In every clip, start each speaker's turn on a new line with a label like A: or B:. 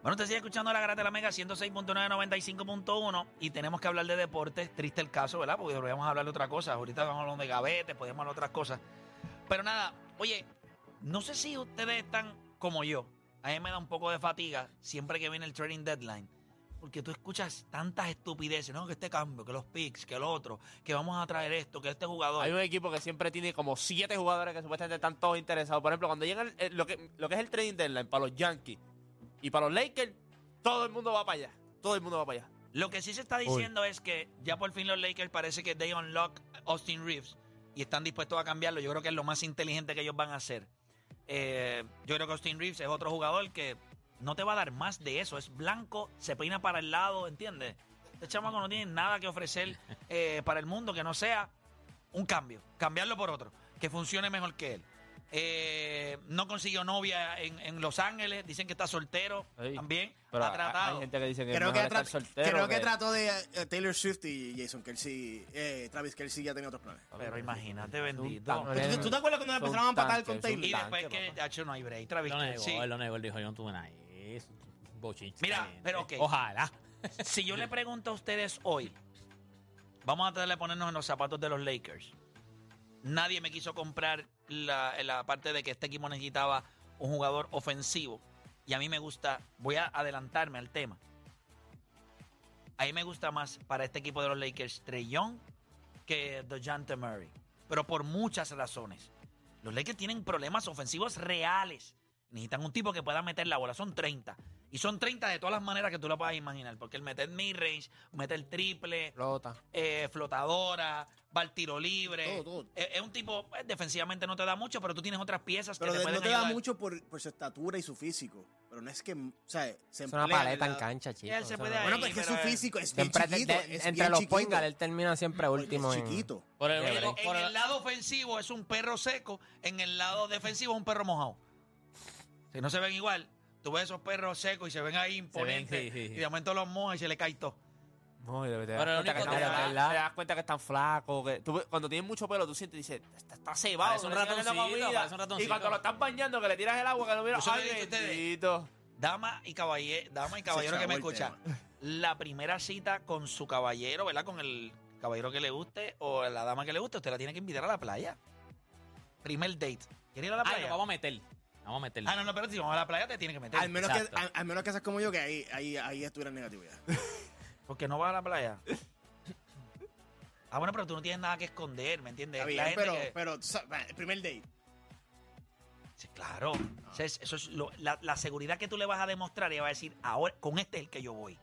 A: Bueno, usted sigue escuchando la Garata de la Mega 106.995.1 y tenemos que hablar de deportes. Triste el caso, ¿verdad? Porque podríamos hablar de otra cosa. Ahorita vamos a hablar de gavetes, podemos hablar de otras cosas. Pero nada, oye, no sé si ustedes están como yo. A mí me da un poco de fatiga siempre que viene el trading deadline. Porque tú escuchas tantas estupideces, ¿no? Que este cambio, que los picks, que el otro, que vamos a traer esto, que este jugador.
B: Hay un equipo que siempre tiene como siete jugadores que supuestamente están todos interesados. Por ejemplo, cuando llega el- eh, lo, que, lo que es el trading deadline para los Yankees y para los Lakers, todo el mundo va para allá. Todo el mundo va para allá.
A: Lo que sí se está diciendo es que ya por fin los Lakers parece que they unlock Austin Reeves y están dispuestos a cambiarlo. Yo creo que es lo más inteligente que ellos van a hacer. Eh, yo creo que Austin Reeves es otro jugador que no te va a dar más de eso. Es blanco, se peina para el lado, ¿entiendes? Este chamaco no tiene nada que ofrecer eh, para el mundo que no sea un cambio. Cambiarlo por otro, que funcione mejor que él. Eh, no consiguió novia en, en Los Ángeles, dicen que está soltero
B: Ey,
A: también.
B: Pero
A: ha
B: hay- hay
A: tratado.
B: gente que dice que
C: Creo que,
B: mejor estar
C: trat-
B: soltero
C: creo
B: que-
C: que trató de eh, Taylor Swift y Jason Kelsey, eh, Travis Kelsey ya tenía otros planes.
A: Pero imagínate,
B: tan-
A: bendito.
B: Pero
C: ¿Tú, tú te acuerdas cuando
B: Son
C: empezaron a empatar
B: tanques,
C: con
B: son
A: Y
C: Taylor?
B: tanques.
A: después
B: Blanque,
A: que
B: papá.
A: H no hay break, Travis
D: Lo negó,
A: Kelly, sí.
D: él lo negó, él dijo, yo no tuve nada. Es un bochinche.
A: Mira,
D: gente.
A: pero ok.
D: Ojalá.
A: Si yo le pregunto a ustedes hoy, vamos a tratar de ponernos en los zapatos de los Lakers. Nadie me quiso comprar la, la parte de que este equipo necesitaba un jugador ofensivo. Y a mí me gusta, voy a adelantarme al tema. A mí me gusta más para este equipo de los Lakers Trey Young que DeJounte Murray. Pero por muchas razones. Los Lakers tienen problemas ofensivos reales. Necesitan un tipo que pueda meter la bola. Son 30. Y son 30 de todas las maneras que tú lo puedas imaginar. Porque el meter mid-range, meter triple,
B: Flota.
A: eh, flotadora, va al tiro libre.
C: Todo, todo.
A: Es, es un tipo, eh, defensivamente no te da mucho, pero tú tienes otras piezas
C: Pero
A: que te
C: de- no
A: pueden
C: te da
A: ayudar.
C: mucho por, por su estatura y su físico. Pero no es que, o sea, se
E: Es una
C: emplea
E: paleta
C: la-
E: en cancha,
A: Y
E: chico.
A: él se
E: Eso
A: puede
E: no-
A: ahí,
C: Bueno, pero es que su
A: pero, eh,
C: físico es bien
E: Siempre de-
C: chiquito.
E: de-
C: es
E: entre
C: bien
E: los
C: chiquito.
E: Poingal, él termina siempre
C: Porque
E: último.
C: Es
E: en-
C: chiquito.
D: Por el,
A: En,
D: por
A: en
D: el-
A: el lado ofensivo es un perro seco, en el lado defensivo es un perro mojado. Si no se ven igual, tú ves esos perros secos y se ven ahí imponentes.
D: sí, sí, sí.
A: Y de momento los mojas y se le cae todo.
B: No, y te, te
D: Pero lo
B: das cuenta que
D: único
B: están-
D: que
B: te
D: da-
B: das- te das cuenta que están flacos. Que tú- cuando tienen mucho pelo, tú sientes y dices, está, está cebado.
D: Parece un
B: no le están dando
D: ratoncito,
B: comida".
D: parece un ratoncito.
B: Y cuando lo están bañando, que le tiras el agua, que lo miras,
A: Yo se lo he dicho a
B: ay,
A: ustedes.
B: bendito.
A: Dama y caballero, dama y caballero
C: Se
A: que me
C: chavó el
A: escucha. La primera cita con su caballero, ¿verdad? Con el caballero que le guste o la dama que le guste, usted la tiene que invitar a la playa. Primer date. ¿Quiere ir a la
D: Ah,
A: playa?
D: no, vamos a meter. Vamos a meter.
A: Ah, no, no, pero si vamos a la playa te tiene que meter.
C: Al menos, que,
D: Exacto.
C: al, al menos que seas como yo, que ahí, ahí, ahí estuviera en negatividad.
A: Porque no vas a la playa. Ah, bueno, pero tú no tienes nada que esconder, ¿me entiendes?
C: Está
A: La
C: bien,
A: gente
C: pero,
A: que-
C: pero tú sabes, el primer date.
A: Sí, claro. O sea, es- eso es lo- la, la seguridad que tú le vas a demostrar, ella va a decir, ahora con este es el que yo voy.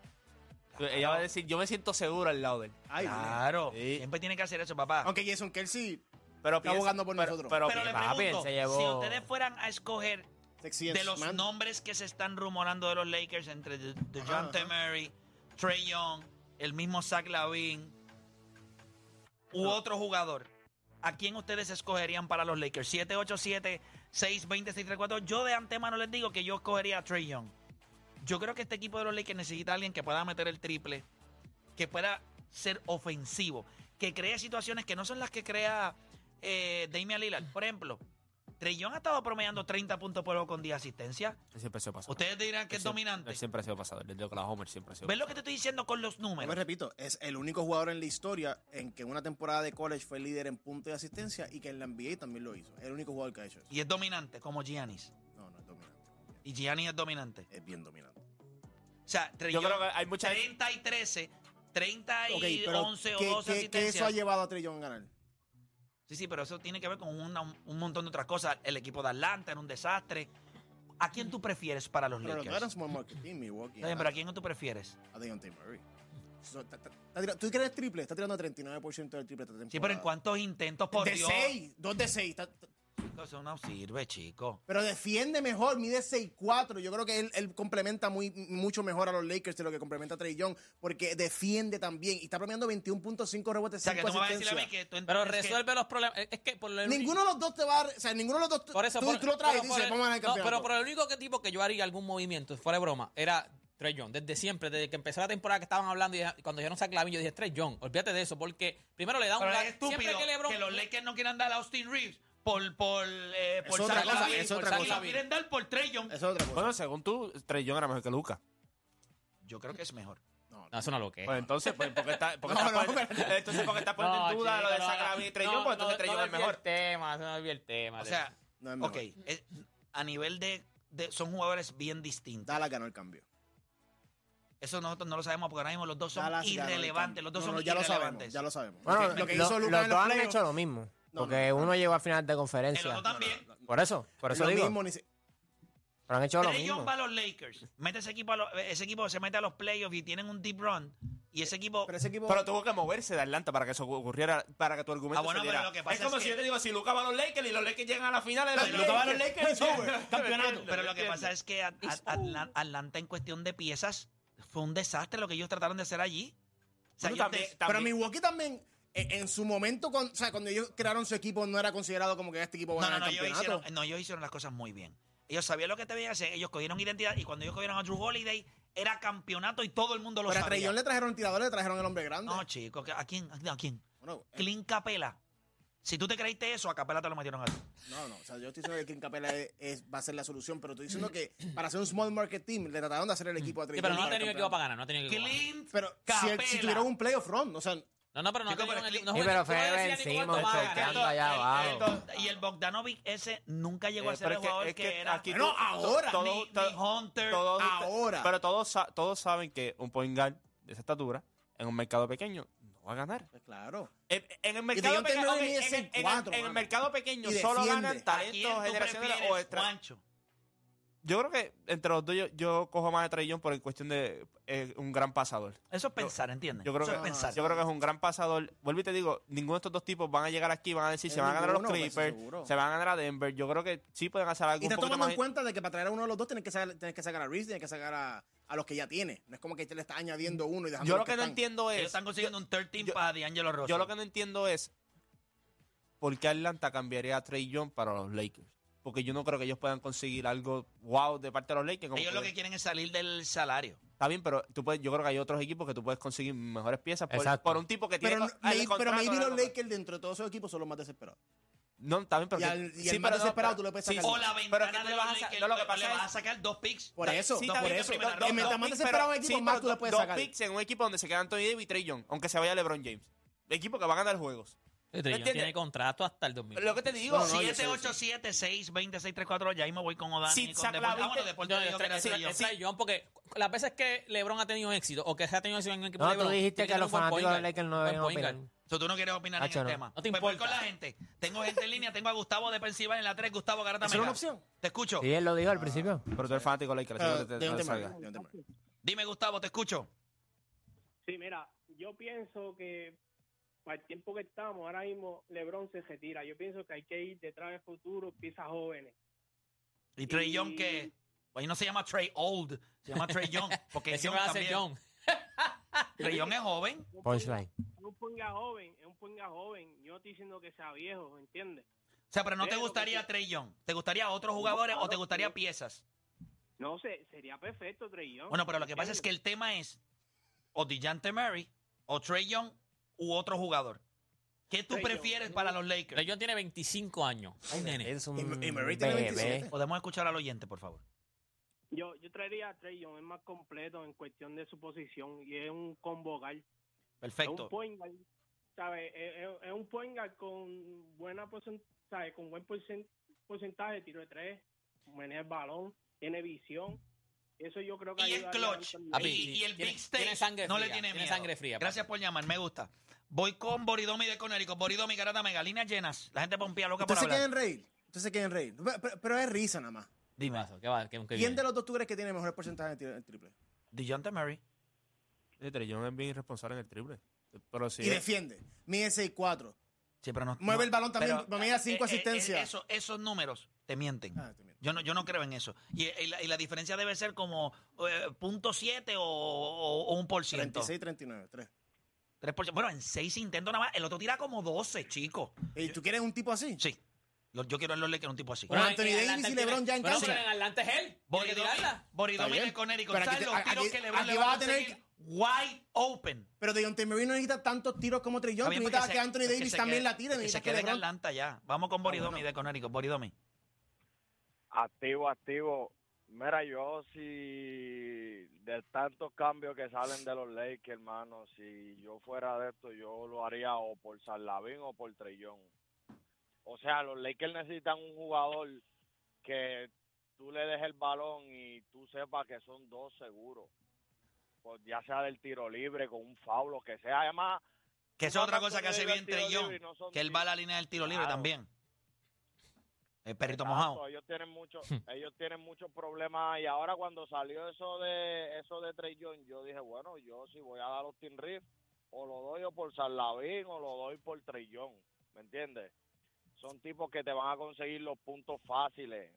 B: Ella va a decir, yo me siento seguro al lado de él.
C: Ay,
A: Claro.
B: Sí.
A: Siempre tiene que hacer eso, papá.
C: Aunque Jason Kelsey
B: Pero
C: Está
B: piensa-
C: abogando por
B: pero-
C: nosotros.
B: Pero,
A: Pero le
B: papi, él
A: pregunto,
B: se llevó-
A: si ustedes fueran a escoger
C: Sexy
A: de
C: as
A: los
C: man.
A: nombres que se están rumorando de los Lakers entre John
C: ajá.
A: Murray, Trey Young, el mismo Zach Lavin u otro jugador. ¿A quién ustedes escogerían para los Lakers? 787 620 634 Yo de antemano les digo que yo escogería a Trey Young. Yo creo que este equipo de los Lakers necesita a alguien que pueda meter el triple, que pueda ser ofensivo, que cree situaciones que no son las que crea eh, Damian Lillard. Por ejemplo, Trey Young ha estado promediando 30 puntos por juego con 10 asistencias.
B: Él siempre ha sido pasador.
A: Ustedes dirán que
B: Él
A: es
B: siempre-
A: dominante.
B: Él siempre ha sido pasador. Desde que la Homer siempre ha sido
A: ¿Ves lo que te estoy diciendo con los
C: Yo me
A: números?
C: repito, es el único jugador en la historia en que en una temporada de college fue líder en puntos de asistencia y que en la NBA también lo hizo. El único jugador que ha hecho eso.
A: Y es dominante, como Giannis.
C: No, no es dominante.
A: Y Giannis es dominante.
C: Es bien dominante. Ok,
A: O sea, Trey
B: Yo
A: Young,
B: creo que hay mucha-
A: 30 y 13, 30 y 11 o
C: ¿qué,
A: 12
C: qué- qué
A: asistencias.
C: eso ha llevado a Trey Young a ganar?
A: Sí, sí, pero eso tiene que ver con una- un montón de otras cosas. El equipo de Atlanta era un desastre. ¿A quién tú prefieres para los
C: Pero no eran
A: Lakers?
C: small market team, Milwaukee.
A: Está bien, pero ¿a quién tú prefieres?
C: A Deontay Murray. So, ta- ta- ta- tira- ¿Tú crees triple? Está tirando 39% del triple esta temporada.
A: Sí, pero ¿en cuántos intentos por
C: De
A: Dios?
C: 6, 2 de 6.
A: Chico, eso no sirve, chico.
C: Pero defiende mejor, mide 6'4". Yo creo que él, él complementa muy, mucho mejor a los Lakers de lo que complementa a Trey Young, porque defiende también. Y está premiando 21.5
A: O
C: rebotes,
A: sea, que
C: 5
A: tú me vas a decir a mí
C: asistencias.
A: que tú ent-
D: Pero
A: es que-
D: resuelve los problemas. Es que por lo
C: Ninguno de los dos te va a... O sea, ninguno de los dos...
D: Por eso,
C: tú,
D: por-
C: tú lo traes
D: pero
C: y
D: por
C: dices,
D: el-
C: vamos a ganar el
D: no,
C: campeonato.
D: pero por el único que tipo que yo haría algún movimiento, fuera de broma, era Trey Young. Desde siempre, desde que empezó la temporada que estaban hablando y deja- cuando dijeron a Clavillo, yo dije, Trey Young, olvídate de eso, porque primero le da un...
A: Pero
D: gal-
A: es estúpido
D: siempre
A: que,
D: LeBron-
A: los Lakers no quieran dar a Austin Reeves por por eh, por
C: otra
A: Zach
C: cosa,
A: Lavine,
C: es otra
A: por Zach
C: cosa.
A: Lavine. Lo quieren dar por Trey Young.
C: Eso es otra cosa.
B: Bueno, según tú, Trey Young era mejor que Luca.
A: Yo creo que es mejor.
D: No, eso no lo que
B: Pues entonces, pues, ¿por qué estás porque
C: No,
B: está
C: no,
B: poniendo- entonces, porque estás poniendo en duda lo de Sacramento y Trey Young? Pues entonces Trey Young es mejor.
D: el tema, eso no desvíe el tema.
A: O sea,
C: No es mejor.
A: ok, es- a nivel de, de- son jugadores bien distintos.
C: Dallas ganó el cambio.
A: Eso nosotros no lo sabemos porque ahora mismo los dos son
C: Dallas ganó el
A: irrelevantes.
C: cambio.
A: Los dos
C: No,
A: son
C: no, ya
A: irrelevantes.
C: Lo sabemos, ya lo sabemos.
F: Bueno,
C: Lo que
F: lo-
C: hizo Luka
F: los dos
C: en los
F: han
C: playoffs-
F: hecho lo mismo.
C: No,
F: porque
C: no, no.
F: uno llegó a final de
A: El
F: conferencia.
A: otro también.
F: Por eso, por eso
C: lo
F: digo.
C: mismo, ni si-
F: Pero han hecho lo
A: Trey
F: mismo.
A: Young va a los Lakers. Mete ese equipo, a los- ese equipo se mete a los playoffs y tienen un deep run. Y ese equipo.
C: Pero ese equipo...
B: Pero tuvo que moverse de Atlanta para que eso ocurriera, para que tu argumento
A: Ah, bueno,
B: se
A: pero
B: diera.
A: lo que pasa
B: es como
A: es
B: si
A: que-
B: yo te digo, si Luca va a los Lakers y los Lakers llegan a la final, de
A: Pero
B: los
A: si Luka va a los
B: Lakers, it's over.
A: Campeonato. Pero lo que
B: ¿Entiendes?
A: pasa es que At- At- Atlan- Atlanta en cuestión de piezas fue un desastre lo que ellos trataron de hacer allí. O sea,
B: Bueno,
A: ellos
B: también-
A: te-
B: también-
C: Pero Milwaukee también, eh, en su momento, cuando, o sea, cuando ellos crearon su equipo, no era considerado como que este equipo va
A: No,
C: a
A: no, no,
C: ganar el
A: ellos
C: campeonato.
A: hicieron, no, ellos hicieron las cosas muy bien. Ellos sabían lo que te veían hacer, ellos cogieron identidad y cuando ellos cogieron a Drew Holiday era campeonato y todo el mundo lo
C: Pero a
A: sabía.
C: Trellón le trajeron tiradores, le trajeron el hombre grande.
A: No, chicos, ¿a quién? ¿A quién?
C: Bueno, eh,
A: Clint Capela. Si tú te creíste eso, a Capela te lo metieron a ti.
C: no, no, o sea, yo estoy diciendo que Clint Capela es- es- va a ser la solución, pero estoy diciendo que para hacer un small market team le trataron de hacer el equipo a
D: Sí,
C: Trellón.
D: pero no ha tenido equipo para ganar, no ha tenido equipo para ganar.
A: Clint
C: Pero si,
A: Capela.
C: el- si tuvieron un playoff run, o sea,
D: No, no, pero no ha
A: Chico,
D: tenido
A: pero
D: equipo.
A: Clint-
D: no,
F: Sí,
D: tú
F: pero
D: no
F: fue
D: decías
F: Ben
D: ni cuánto
F: Simmons
D: va a ganar.
F: chocando allá abajo.
A: Y el Bogdanovic ese nunca llegó a
B: Eh,
A: ser el
B: pero es que-
A: jugador
B: es
A: que,
B: que
A: era.
B: aquí
A: Bueno,
B: tú- todo-
A: ni-
B: todo-
A: ni Hunter,
B: todos ustedes-
C: ahora.
B: Pero todos, sa- todos saben que un point guard de esa estatura en un mercado pequeño no va a ganar.
C: pues claro.
B: En, en el
C: Dion
B: mercado pequeño,
C: Terry
B: ok, en,
C: mide
B: el- en el-
C: 6'4",,
B: en el
C: mano.
B: mercado pequeño
C: Y
B: solo
C: defiende.
B: ganan
A: ¿A quién tú
B: talentos generacionales o
A: prefieres,
B: extra.
A: Juancho?
B: Yo creo que entre los dos yo, yo cojo más a Trey Young por en cuestión de eh, un gran pasador.
A: Eso es pensar, ¿entiendes?
B: Yo creo,
A: Eso
B: que,
A: es pensar.
B: yo creo que es un gran pasador. Vuelvo y te digo, ninguno de estos dos tipos van a llegar aquí, van a decir,
C: Es
B: se van a ganar a los
C: ninguno, pues,
B: Clippers,
C: seguro.
B: se van a ganar a Denver. Yo creo que sí pueden hacer algo
C: Y
B: un
C: te
B: poquito
C: tomando en
B: más-
C: cuenta de que para traer a uno de los dos tienes que, sacar- tienes que sacar a Reeves, tienes que sacar a, a los que ya tiene. No es como que te le estás añadiendo uno y dejando
B: Yo
C: los
B: lo que no
C: están.
B: entiendo
A: Ellos
B: es...
A: están consiguiendo un third team
B: yo-
A: para D'Angelo Russell.
B: Yo lo que no entiendo es por qué Atlanta cambiaría a Trey Young para los Lakers. Porque yo no creo que ellos puedan conseguir algo wow de parte de los Lakers. como
A: Ellos
B: que-
A: lo que quieren es salir del salario.
B: Está bien, pero tú puedes, yo creo que hay otros equipos que tú puedes conseguir mejores piezas por,
F: Exacto.
B: por un tipo que tiene... ah,
C: Pero,
B: co-
C: no-
B: el
C: may- pero
B: contrato,
C: maybe
B: el
C: los
B: contrato.
C: Lakers dentro de todos esos equipos son los más desesperados.
B: No, está bien, pero...
C: Y
B: que-
C: al- y al
B: sí,
C: más
B: pero no,
C: desesperado
B: pero-
C: tú le puedes
B: sí,
C: sacar
A: O
B: sí,
A: la
B: pero
A: ventana
B: que
A: de
B: tú le
A: los
B: vas a-
A: Lakers,
B: no, lo que
A: le-
B: pasa
A: le vas
B: es-
A: a sacar dos picks.
C: Por eso,
B: Sí,
C: no,
B: está
C: por
B: bien,
C: eso.
B: pero-
A: primera
B: dos-
A: ronda.
C: En mientras
B: dos
C: más
B: picks,
C: desesperado
B: pero-
C: un equipo,
B: sí,
C: más
B: pero
C: tú le
B: dos-
C: puedes
B: dos
C: sacar.
B: picks en un equipo donde se queda Anthony Davis y Trey Young, aunque se vaya LeBron James. Equipo que va a ganar juegos.
D: Sí, Trey Young tiene
B: ¿Entiendes?
D: contrato hasta el 2000.
B: Lo que te digo,
C: No, no,
B: si
C: yo
B: ese
C: sé,
A: 787 626 340 ya ahí me voy con Odan
B: Si
A: y con
B: saca la
A: Deporte. Ah,
B: veinte-
A: bueno, Deporte
D: Yo,
A: dijo
D: yo
A: que era
D: creo que
A: Trey
D: es
A: Young.
D: Trey Young, porque las veces que LeBron ha tenido éxito o que se ha tenido éxito en un equipo
F: No,
D: de
F: tú
D: LeBron,
F: dijiste que
D: tienes
F: los
D: un buen
F: fanáticos
D: point
F: de
D: guard,
F: Lakers no
D: buen
F: deben
D: point guard.
F: opinar.
A: So, tú no quieres opinar en
F: Hacho,
A: el
F: no.
A: tema.
D: No te
A: Pues voy
D: importa.
A: con la gente. Tengo gente en línea. Tengo a Gustavo de Pensilvania en la 3. Gustavo Garata
C: ¿Eso era
A: Mega.
C: una opción?
A: Te escucho.
F: Sí, él lo
E: Ah.
F: dijo al principio.
B: Pero tú eres fanático de Lakers, así que Pues no te-
C: Ah, de
B: no te
C: dónde
B: salgas.
A: Dime, Gustavo, te escucho.
E: Sí, mira, yo pienso que para el tiempo que estamos, ahora mismo LeBron se retira. Yo pienso que hay que ir detrás del futuro, piezas jóvenes.
A: Y Trey
E: Y-
A: Young que... pues, Ahí no se llama Trey Old, se llama Trey Young. Porque
D: Que
A: es
D: siempre
A: Young
D: va a ser
A: también.
D: Young.
A: Trey Young es joven.
E: Un ponga-
F: Punchline.
E: Es un ponga joven, es un ponga joven. Yo no estoy diciendo que sea viejo, ¿me entiendes?
A: O sea, pero no te
E: Pero,
A: gustaría
E: porque-
A: Trey Young. ¿Te gustaría otros jugadores o te
E: claro,
A: gustaría
E: sí.
A: piezas?
E: No sé, sería perfecto, Trey Young.
A: Bueno, pero lo que pasa es que el tema es o DeJounte Murray o Trey Young u otro jugador. ¿Qué tú
E: Trey Young.
A: prefieres para los
D: Trey
A: Lakers?
D: Young tiene 25 años. Un nene.
F: Es un
C: Y- y Murray tiene 27.
F: bebé.
A: Podemos escuchar al oyente, por favor.
E: Yo, yo traería a Trey Young, es más completo en cuestión de su posición y es un combo guard. Es
A: Perfecto.
E: un point guard, ¿sabes? Es, es- es un point guard con buena porcen- ¿sabes? con buen porcen- porcentaje de tiro de tres, maneja el balón, tiene visión. Eso yo creo que
A: Y el
E: ayudaría
A: clutch.
E: bastante.
D: Papi,
A: Y, y el
D: tiene-
A: big stage.
D: tiene sangre
A: no le
D: fría,
A: tiene miedo.
D: tiene sangre fría, papi.
A: Gracias por llamar, me gusta. Voy con Boridomi de Conérico. Boridomi, garata mega. Líneas llenas. La gente pompía loca por
C: Entonces se
A: hablar.
C: quieren reír. Entonces se quieren reír. Pero- Pero, pero es risa nada más.
D: Dime. eso, ¿Qué va? ¿Qué, qué
C: ¿Quién
D: viene?
C: de los dos tú crees que tiene mejores porcentajes en tri- en triple?
A: DeJounte Murray.
B: Eh, Sí, Trey Young es bien irresponsable en el triple. Pero sí.
C: Y defiende. Mide 6'4".
A: Sí, pero no,
C: Mueve
A: no-
C: el balón también,
A: pero,
C: Mamey a
A: eh,
C: cinco
A: eh,
C: asistencias.
A: eso- esos números te mienten.
C: Ah, te miento.
A: Yo no, yo no creo en eso. Y, y la, y la diferencia debe ser como eh, punto siete o, o- o un por ciento.
C: 36, 39, 3.
A: Tres por ciento. Bueno, en seis intentos nada más. El otro tira como 12, chicos.
C: ¿Y tú quieres un tipo así?
A: Sí. Lo- Yo quiero a los Lakers un tipo así.
C: Bueno,
D: en-
C: Anthony
D: en
C: Davis
D: Atlanta
C: y
D: tiene-
C: LeBron ya en
D: bueno,
C: cancha.
D: pero en Atlanta es él. Tiene que tirarla.
A: Boridomir
C: bien.
A: y Conérico.
C: Pero
A: ¿Sabes
C: aquí te-
A: los tiros
C: aquí-
A: que LeBron
C: aquí
A: le
C: vas
A: va
C: a
A: a
C: tener
A: conseguir wide open?
C: Pero Deontay Murray no necesita tantos tiros como Trey
A: Está
C: Young. Tú
A: bien, porque
C: necesitas
A: se-
C: que Anthony
A: es que
C: Davis
A: se
C: también
A: quede-
C: la
A: es
C: tire.
A: que se
C: Necesitas que
A: quede en
C: LeBron...
A: Atlanta ya. Vamos con Boridomi de Conérico. Boridomi.
G: Activo, activo. Mira, yo si de tantos cambios que salen de los Lakers, hermano, si yo fuera de esto, yo lo haría o por Salavín o por Trillón. O sea, los Lakers necesitan un jugador que tú le dejes el balón y tú sepas que son dos seguros. Pues ya sea del tiro libre, con un faulo, que sea. Además,
A: Que esa es
G: tú
A: otra
G: mandas
A: cosa que hace
G: Conérico
A: bien
G: al tiro
A: Trellón.
G: libre y no son
A: Que él
G: tiros.
A: va a la línea del tiro libre
G: Claro.
A: también. El perrito
G: Exacto,
A: mojado.
G: Ellos tienen muchos, ellos tienen muchos problemas y ahora cuando salió eso de eso de Trey Young, yo dije, bueno, yo si voy a dar los Team Riff, o lo doy o por Salavín o lo doy por Trey Young, ¿me entiendes? Son tipos que te van a conseguir los puntos fáciles.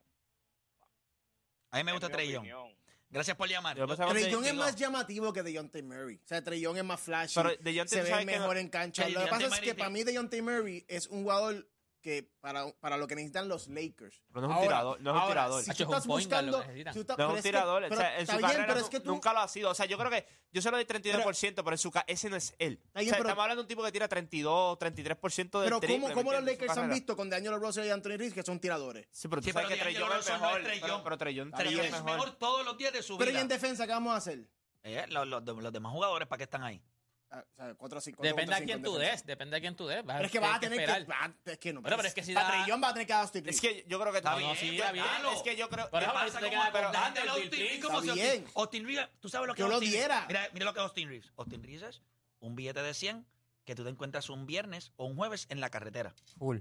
A: A mí me
G: en
A: gusta
G: mi
A: Trellón.
G: opinión.
A: Gracias por llamar.
B: Yo pensaba
C: Trey
B: que-
C: Young es
B: digo,
C: más llamativo que Deontay Murray. O sea, Trey Young es más flashy.
B: Pero Dejounte,
C: se
B: tú
C: ve
B: sabes que no-
C: mejor en cancha.
A: Sí,
C: Lo que
A: Dejounte
C: pasa es que
A: Murray
C: para mí Deontay Murray es un jugador que para, para lo que necesitan los Lakers.
B: Pero no es un
C: Ahora,
B: tirador, no es un
C: ahora,
B: tirador.
C: Si
D: Hacho,
C: tú
D: es un
C: estás
D: point guard lo
C: buscando,
D: que necesitan.
C: si tú
B: No
C: estás- pero
B: es un
C: es que-
B: tirador.
C: pero
B: o sea, en
C: está
B: su
C: bien,
B: carrera
C: pero
B: nu-
C: es que tú-
B: nunca lo ha sido. O sea, yo creo que yo se lo doy 39%, pero, en su ca- ese no es él.
C: Está
B: o
C: bien,
B: sea,
C: pero-
B: estamos hablando de un tipo que tira 32, 33% del
C: Pero
B: triple.
C: ¿cómo,
B: ¿me
C: cómo los
B: entiendes? En su
C: Lakers han
B: carrera.
C: visto con Daniel Russell y Anthony Reeves que son tiradores?
B: Sí, pero tú
A: Sí,
B: sabes
A: pero
B: que Trey
A: D'Angelo
B: Young es
A: Russell no es
B: mejor.
A: Trey
B: pero,
A: Young.
B: pero Trey Young
A: Trey
B: Young
A: Young
B: es
A: es
B: mejor.
A: mejor todos los días de su
C: Pero ¿y
A: vida.
C: en defensa qué vamos a hacer?
A: Eh, los, los de- los demás jugadores, ¿para qué están ahí?
C: Ah, O sea, 4 a 5.
D: Depende a quién tú des. Depende a quién tú des.
C: Pero es que vas a tener que. va- Es que no.
D: Bueno, pero es que si
C: Para
D: da-
C: Trey Young va a tener que dar a Steve
B: Es
C: Reeves.
B: que yo creo que
A: Está
B: también-
A: bien,
D: sí,
B: yo-
D: está bien.
B: Es que yo creo.
D: Pero
A: ¿Qué
D: déjame
A: pasa
D: que te
A: con-
D: queda
A: pero
D: con
A: dándelo a
D: Daniel
A: Austin Reeves
D: Reeves.
A: como
C: Está
A: si Austin-
C: bien.
A: Austin Reeves, tú sabes lo que
C: Yo
A: es
C: lo
A: Austin Reeves?
C: diera.
A: Mira, mira lo que es Austin Reeves. Austin Reeves es un billete de 100 que tú te encuentras un viernes o un jueves en la carretera.
F: Full.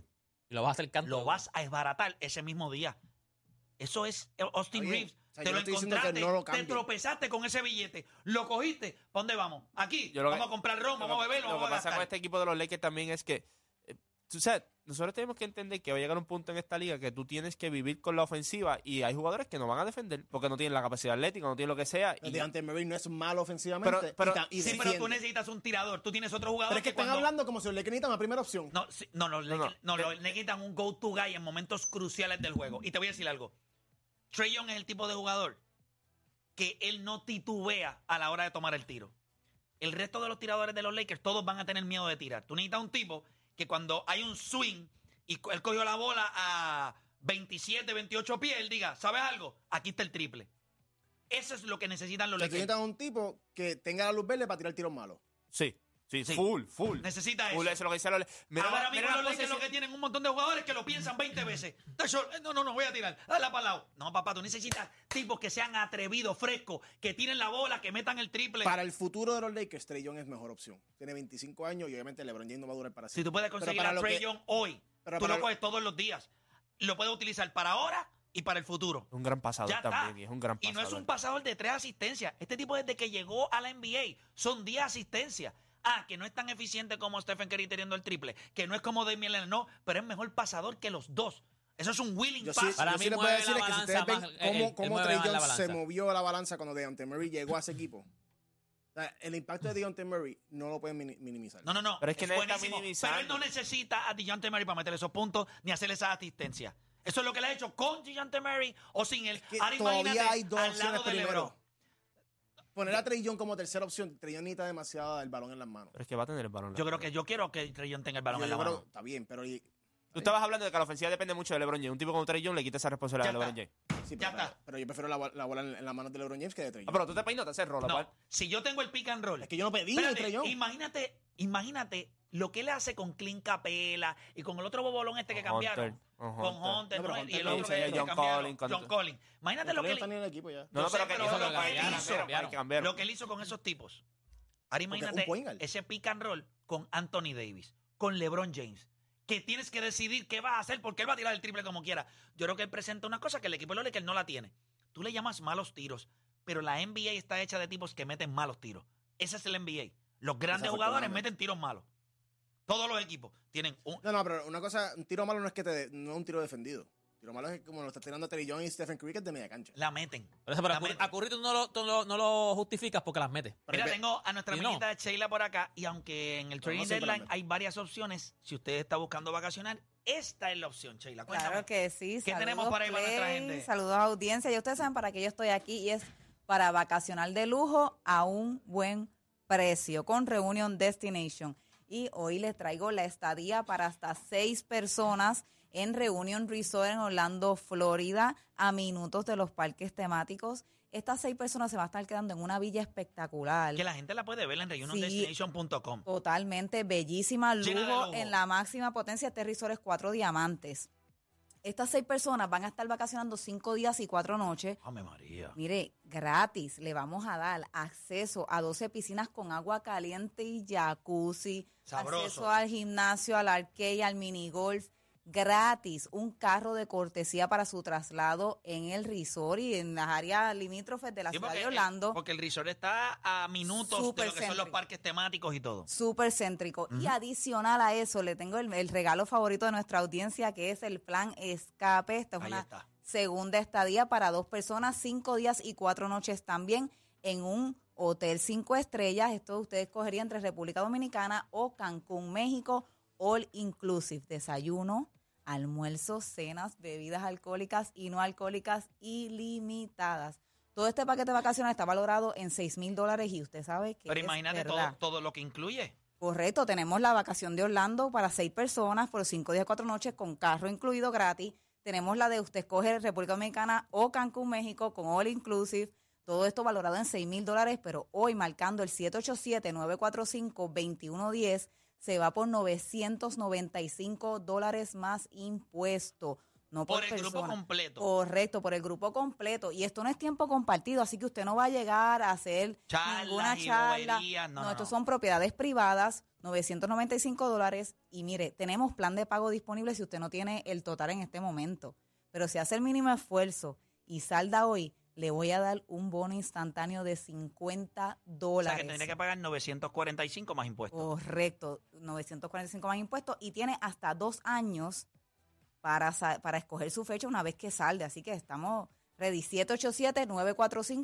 D: Y lo vas a hacer canto.
A: Lo vas a esbaratar ese mismo día. Eso es eh, Austin
C: Está bien.
A: Reeves.
C: O sea,
A: te
C: yo
A: lo
C: no estoy diciendo que
A: encontraste,
C: no lo
A: te
C: cambie.
A: tropezaste con ese billete, lo cogiste. ¿Para dónde vamos? Aquí.
B: Yo lo que-
A: vamos a comprar ron,
B: Lo
A: vamos a
B: que-
A: beber,
B: Lo
A: vamos
B: que
A: a
B: pasa
A: gastar.
B: con este equipo de los Lakers también es que, eh, tú sabes, nosotros tenemos que entender que va a llegar un punto en esta liga que tú tienes que vivir con la ofensiva y hay jugadores que no van a defender porque no tienen la capacidad atlética, no tienen lo que sea.
C: Pero
B: y-
C: Deontay Murray no es malo ofensivamente.
B: Pero- pero-
C: y ta- y
A: Sí, pero
C: defiende.
A: tú necesitas un tirador. Tú tienes otro jugador
C: Pero es
A: que
C: que están
A: cuando-
C: hablando como si los Lakers necesitan la primera opción.
A: No, sí, no, los
B: No, Eh, no.
A: Lakers- no,
B: Le-
A: los Lakers dan un go-to guy en momentos cruciales del juego. Y te voy a decir algo. Trey Young es el tipo de jugador que él no titubea a la hora de tomar el tiro. El resto de los tiradores de los Lakers, todos van a tener miedo de tirar. Tú necesitas un tipo que cuando hay un swing y co- él cogió la bola a 27, 28 pies, él diga, ¿sabes algo? Aquí está el triple. Eso es lo que necesitan los
C: O sea, tú
A: Lakers.
C: necesitas un tipo que tenga la luz verde para tirar tiros malos.
B: Sí, sí,
A: Sí.
B: full, full.
A: Necesita
B: Full,
A: eso.
B: eso es lo que dice los Lakers. Mira,
A: Ahora
B: la-
A: mismo
B: mira la
A: los Lakers lo
B: posición-
A: que tienen un montón de jugadores que lo piensan 20 veces. Entonces, yo, eh, No, no, no, voy a tirar. Dale para lado. No, papá, tú necesitas tipos que sean atrevidos, frescos, que tiren la bola, que metan el triple.
C: Para el futuro de los Lakers, Trey Young es mejor opción. Tiene 25 años y obviamente LeBron James no va a durar para
A: si
C: siempre.
A: tú puedes conseguir
C: para
A: a
C: lo
A: Trey
C: que-
A: Young hoy,
C: pero
A: tú
C: para
A: lo
C: lo-
A: coges todos los días. Lo puedes utilizar para ahora y para el futuro.
B: Un gran pasador
A: Ya está.
B: también, y es un gran
A: Y
B: pasador.
A: no es un pasador de tres asistencias. Este tipo desde que llegó a la NBA son 10 asistencias. Ah, que no es tan eficiente como Stephen Curry teniendo el triple, que no es como Damian Lillard, no, pero es mejor pasador que los dos. Eso es un willing
C: Yo sí,
A: pass.
D: Para
C: yo
D: mí
C: sí les voy a
D: mueve
C: decir
D: la
C: es que si ustedes ven
D: balanza más, él- él
C: cómo, cómo
D: mueve
C: Trey
D: más la
C: Young se
D: balanza.
C: movió la balanza cuando Deontay Murray llegó a ese equipo. O sea, el impacto de Deontay Murray no lo pueden mini- minimizar.
A: No, no, no.
B: Pero es que nadie está
A: buenísimo.
B: minimizando.
A: Pero él no necesita a DeJounte Murray para meter esos puntos ni hacer esa asistencia. Eso es lo que le ha hecho con DeJounte Murray o sin él.
C: Que
A: Ahora imagínate
C: todavía hay dos
A: al
C: opciones
A: lado de LeBron.
C: primero. Poner a Trey Young como tercera opción, Trey Young necesita demasiado el balón en las manos.
B: Pero es que va a tener el balón. en la
A: Yo creo
B: mano.
A: que yo quiero que Trey Young tenga el balón
C: Yo-
A: en la
C: yo creo-
A: mano.
C: está bien, pero y-
B: Tú estabas hablando de que la ofensiva depende mucho de LeBron James. Un tipo como Trey Young le quita esa responsabilidad
A: Ya
B: a LeBron
A: está.
B: James.
C: sí,
A: Ya
C: pero,
A: está.
C: pero yo prefiero la, bol- la bola en, en las manos de LeBron James que de Trey
B: Ah,
C: Young.
B: pero tú te peinas, te haces rola. ¿cuál?
A: No, si yo tengo el pick and roll.
C: es que yo no pedí de
A: Espérate,
C: Trey Young.
A: imagínate, imagínate lo que él hace con Clint Capela y con el otro bobolón este que
B: Con Hunter,
A: cambiaron.
B: con
A: Con
B: Hunter.
A: Hunter,
C: No, pero
A: ¿no?
C: Hunter
A: y el
C: no
A: otro este
C: dice,
A: que, que
B: John
A: cambiaron,
B: Collins, con-
A: John Collins. Imagínate
C: Pero
A: lo que
C: no
A: le-
C: está ni en el equipo ya.
B: No,
A: Yo
B: no,
A: sé,
B: pero que
A: pero
B: eso
A: lo
B: es lo que
A: cambiaron, lo
B: hizo, Mike,
D: cambiaron.
B: cambiaron.
A: Lo que él hizo con esos tipos. Ahora
C: Porque
A: imagínate
C: un point guard.
A: ese pick and roll con Anthony Davis, con LeBron James, que tienes que decidir qué vas a hacer porque él va a tirar el triple como quiera. Yo creo que él presenta una cosa que el equipo de los Lakers no la tiene. Tú le llamas malos tiros, pero la NBA está hecha de tipos que meten malos tiros. Ese es el NBA. Los grandes jugadores
C: Desafortunadamente.
A: meten tiros malos. Todos los equipos tienen un.
C: No, no, pero una cosa, un tiro malo no es que te de- no es un tiro defendido. tiro malo es que como lo está tirando Terry Jones y Stephen Curry que es de media cancha.
A: La meten.
D: Por eso, pero
A: La
D: a, Curry,
A: meten.
D: a Curry tú no lo, tú no- no lo justificas porque las metes.
A: Mira, tengo a nuestra
D: Y no.
A: amiguita Sheila por acá y aunque en el Trading
C: siempre las
A: Deadline
C: meto.
A: hay varias opciones, si usted está buscando vacacionar, esta es la opción, Sheila. Cuéntame.
H: Claro que sí.
A: ¿Qué tenemos para ahí para nuestra
H: Play,
A: gente?
H: Saludos a audiencia. Ya ustedes saben para qué yo estoy aquí y es para vacacionar de lujo a un buen precio con Reunion Destination. Y hoy les traigo la estadía para hasta seis personas en Reunion Resort en Orlando, Florida, a minutos de los parques temáticos. Estas seis personas se van a estar quedando en una villa espectacular.
A: Que la gente la puede ver en reunondestination.com.
H: Totalmente bellísima, lujo,
A: Llena de lujo.
H: en la máxima potencia, este resort es cuatro diamantes. Estas seis personas van a estar vacacionando cinco días y cuatro noches.
A: Ame María.
H: Mire, gratis le vamos a dar acceso a 12 piscinas con agua caliente y jacuzzi,
A: Sabroso.
H: acceso al gimnasio, al arcade, al minigolf, gratis un carro de cortesía para su traslado en el resort y en las áreas limítrofes de la
A: Sí,
H: ciudad
A: porque,
H: de
A: el-
H: Orlando.
A: porque el resort está a minutos de lo que son los
H: Supercéntrico.
A: parques temáticos y todo.
H: Súper céntrico. Y adicional a eso, le tengo el, el regalo favorito de nuestra audiencia, que es el plan escape. Esta es
A: Ahí
H: una
A: está.
H: segunda estadía para dos personas, cinco días y cuatro noches también en un hotel cinco estrellas. Esto ustedes cogerían entre República Dominicana o Cancún, México, all inclusive. Desayuno, almuerzo, cenas, bebidas alcohólicas y no alcohólicas ilimitadas. Todo este paquete vacacional está valorado en 6 mil dólares y usted sabe que
A: Pero
H: es
A: imagínate
H: verdad.
A: todo, todo lo que incluye.
H: Correcto, tenemos la vacación de Orlando para seis personas por cinco días, cuatro noches, con carro incluido gratis. Tenemos la de usted escoge República Dominicana o Cancún, México, con all inclusive. Todo esto valorado en 6 mil dólares, pero hoy marcando el 787-945-2110 se va por 995 dólares más impuesto. No por,
A: Por el grupo
H: persona.
A: completo.
H: Correcto, por el grupo completo. Y esto no es tiempo compartido, así que usted no va a llegar a hacer
A: Charlas
H: ninguna
A: y
H: charla.
A: boberías, no, no,
H: estos
A: no.
H: son propiedades privadas, 995 dólares. Y mire, tenemos plan de pago disponible si usted no tiene el total en este momento. Pero si hace el mínimo esfuerzo y salda hoy, le voy a dar un bono instantáneo de 50
A: O sea
H: dólares.
A: que tendría que pagar 945 más impuestos.
H: Correcto, 945 más impuestos y tiene hasta dos años para, sa- para escoger su fecha una vez que salde. Así que estamos ready.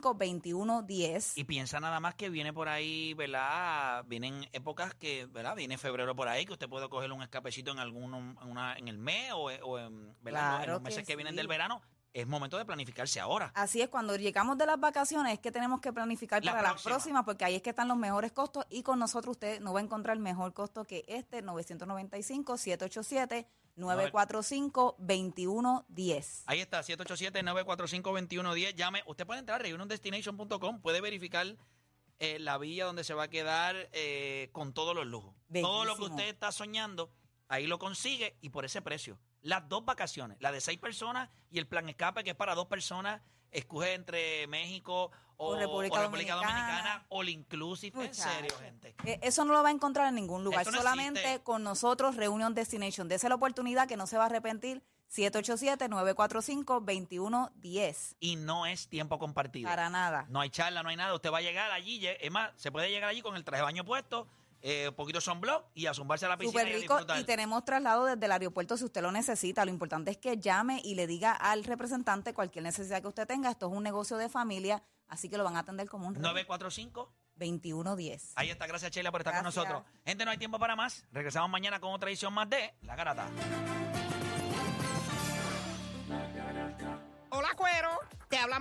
H: 787-945-2110.
A: Y piensa nada más que viene por ahí, ¿verdad? Vienen épocas que, ¿verdad? Viene febrero por ahí, que usted puede coger un escapecito en alguno, en, una- en el mes o, eh, o en, ¿verdad? en
H: Claro
A: los meses que,
H: que
A: vienen
H: sí.
A: del verano. Es momento de planificarse ahora.
H: Así es, cuando llegamos de las vacaciones es que tenemos que planificar
A: La
H: para las
A: próxima.
H: próximas, porque ahí es que están los mejores costos y con nosotros usted no va a encontrar mejor costo que este 995-787-945-2110.
A: Ahí está, 787-945-2110. Llame. Usted puede entrar a reunondestination.com, puede verificar eh, la villa donde se va a quedar eh, con todos los lujos. Todo lo que
H: Bellísimo.
A: usted está soñando, ahí lo consigue y por ese precio. Las dos vacaciones, la de seis personas y el plan escape, que es para dos personas. Escoge entre México o,
H: O República
A: o República Dominicana.
H: Dominicana.
A: all inclusive.
H: Muchacho.
A: En serio, gente.
H: Eh, Eso no lo va a encontrar en ningún lugar.
A: Eso no
H: Solamente
A: existe.
H: con nosotros, Reunion Destination. Dese la oportunidad que no se va a arrepentir. 787-945-2110.
A: Y no es tiempo compartido.
H: Para nada.
A: No hay charla, no hay nada. Usted va a llegar allí. lle- Es más, se puede llegar allí con el traje de baño puesto, eh, un poquito son blog y a zumbarse a la piscina
H: Súper
A: y a
H: rico.
A: disfrutar.
H: Y tenemos traslado desde el aeropuerto si usted lo necesita. Lo importante es que llame y le diga al representante cualquier necesidad que usted tenga. Esto es un negocio de familia, así que lo van a atender como un rey.
A: 945.
H: 2110.
A: Ahí está. Gracias, Sheila, por estar con
H: Gracias.
A: nosotros. Gente, no hay tiempo para más. Regresamos mañana con otra edición más de La Garata.
I: Hola, cuero. Te habla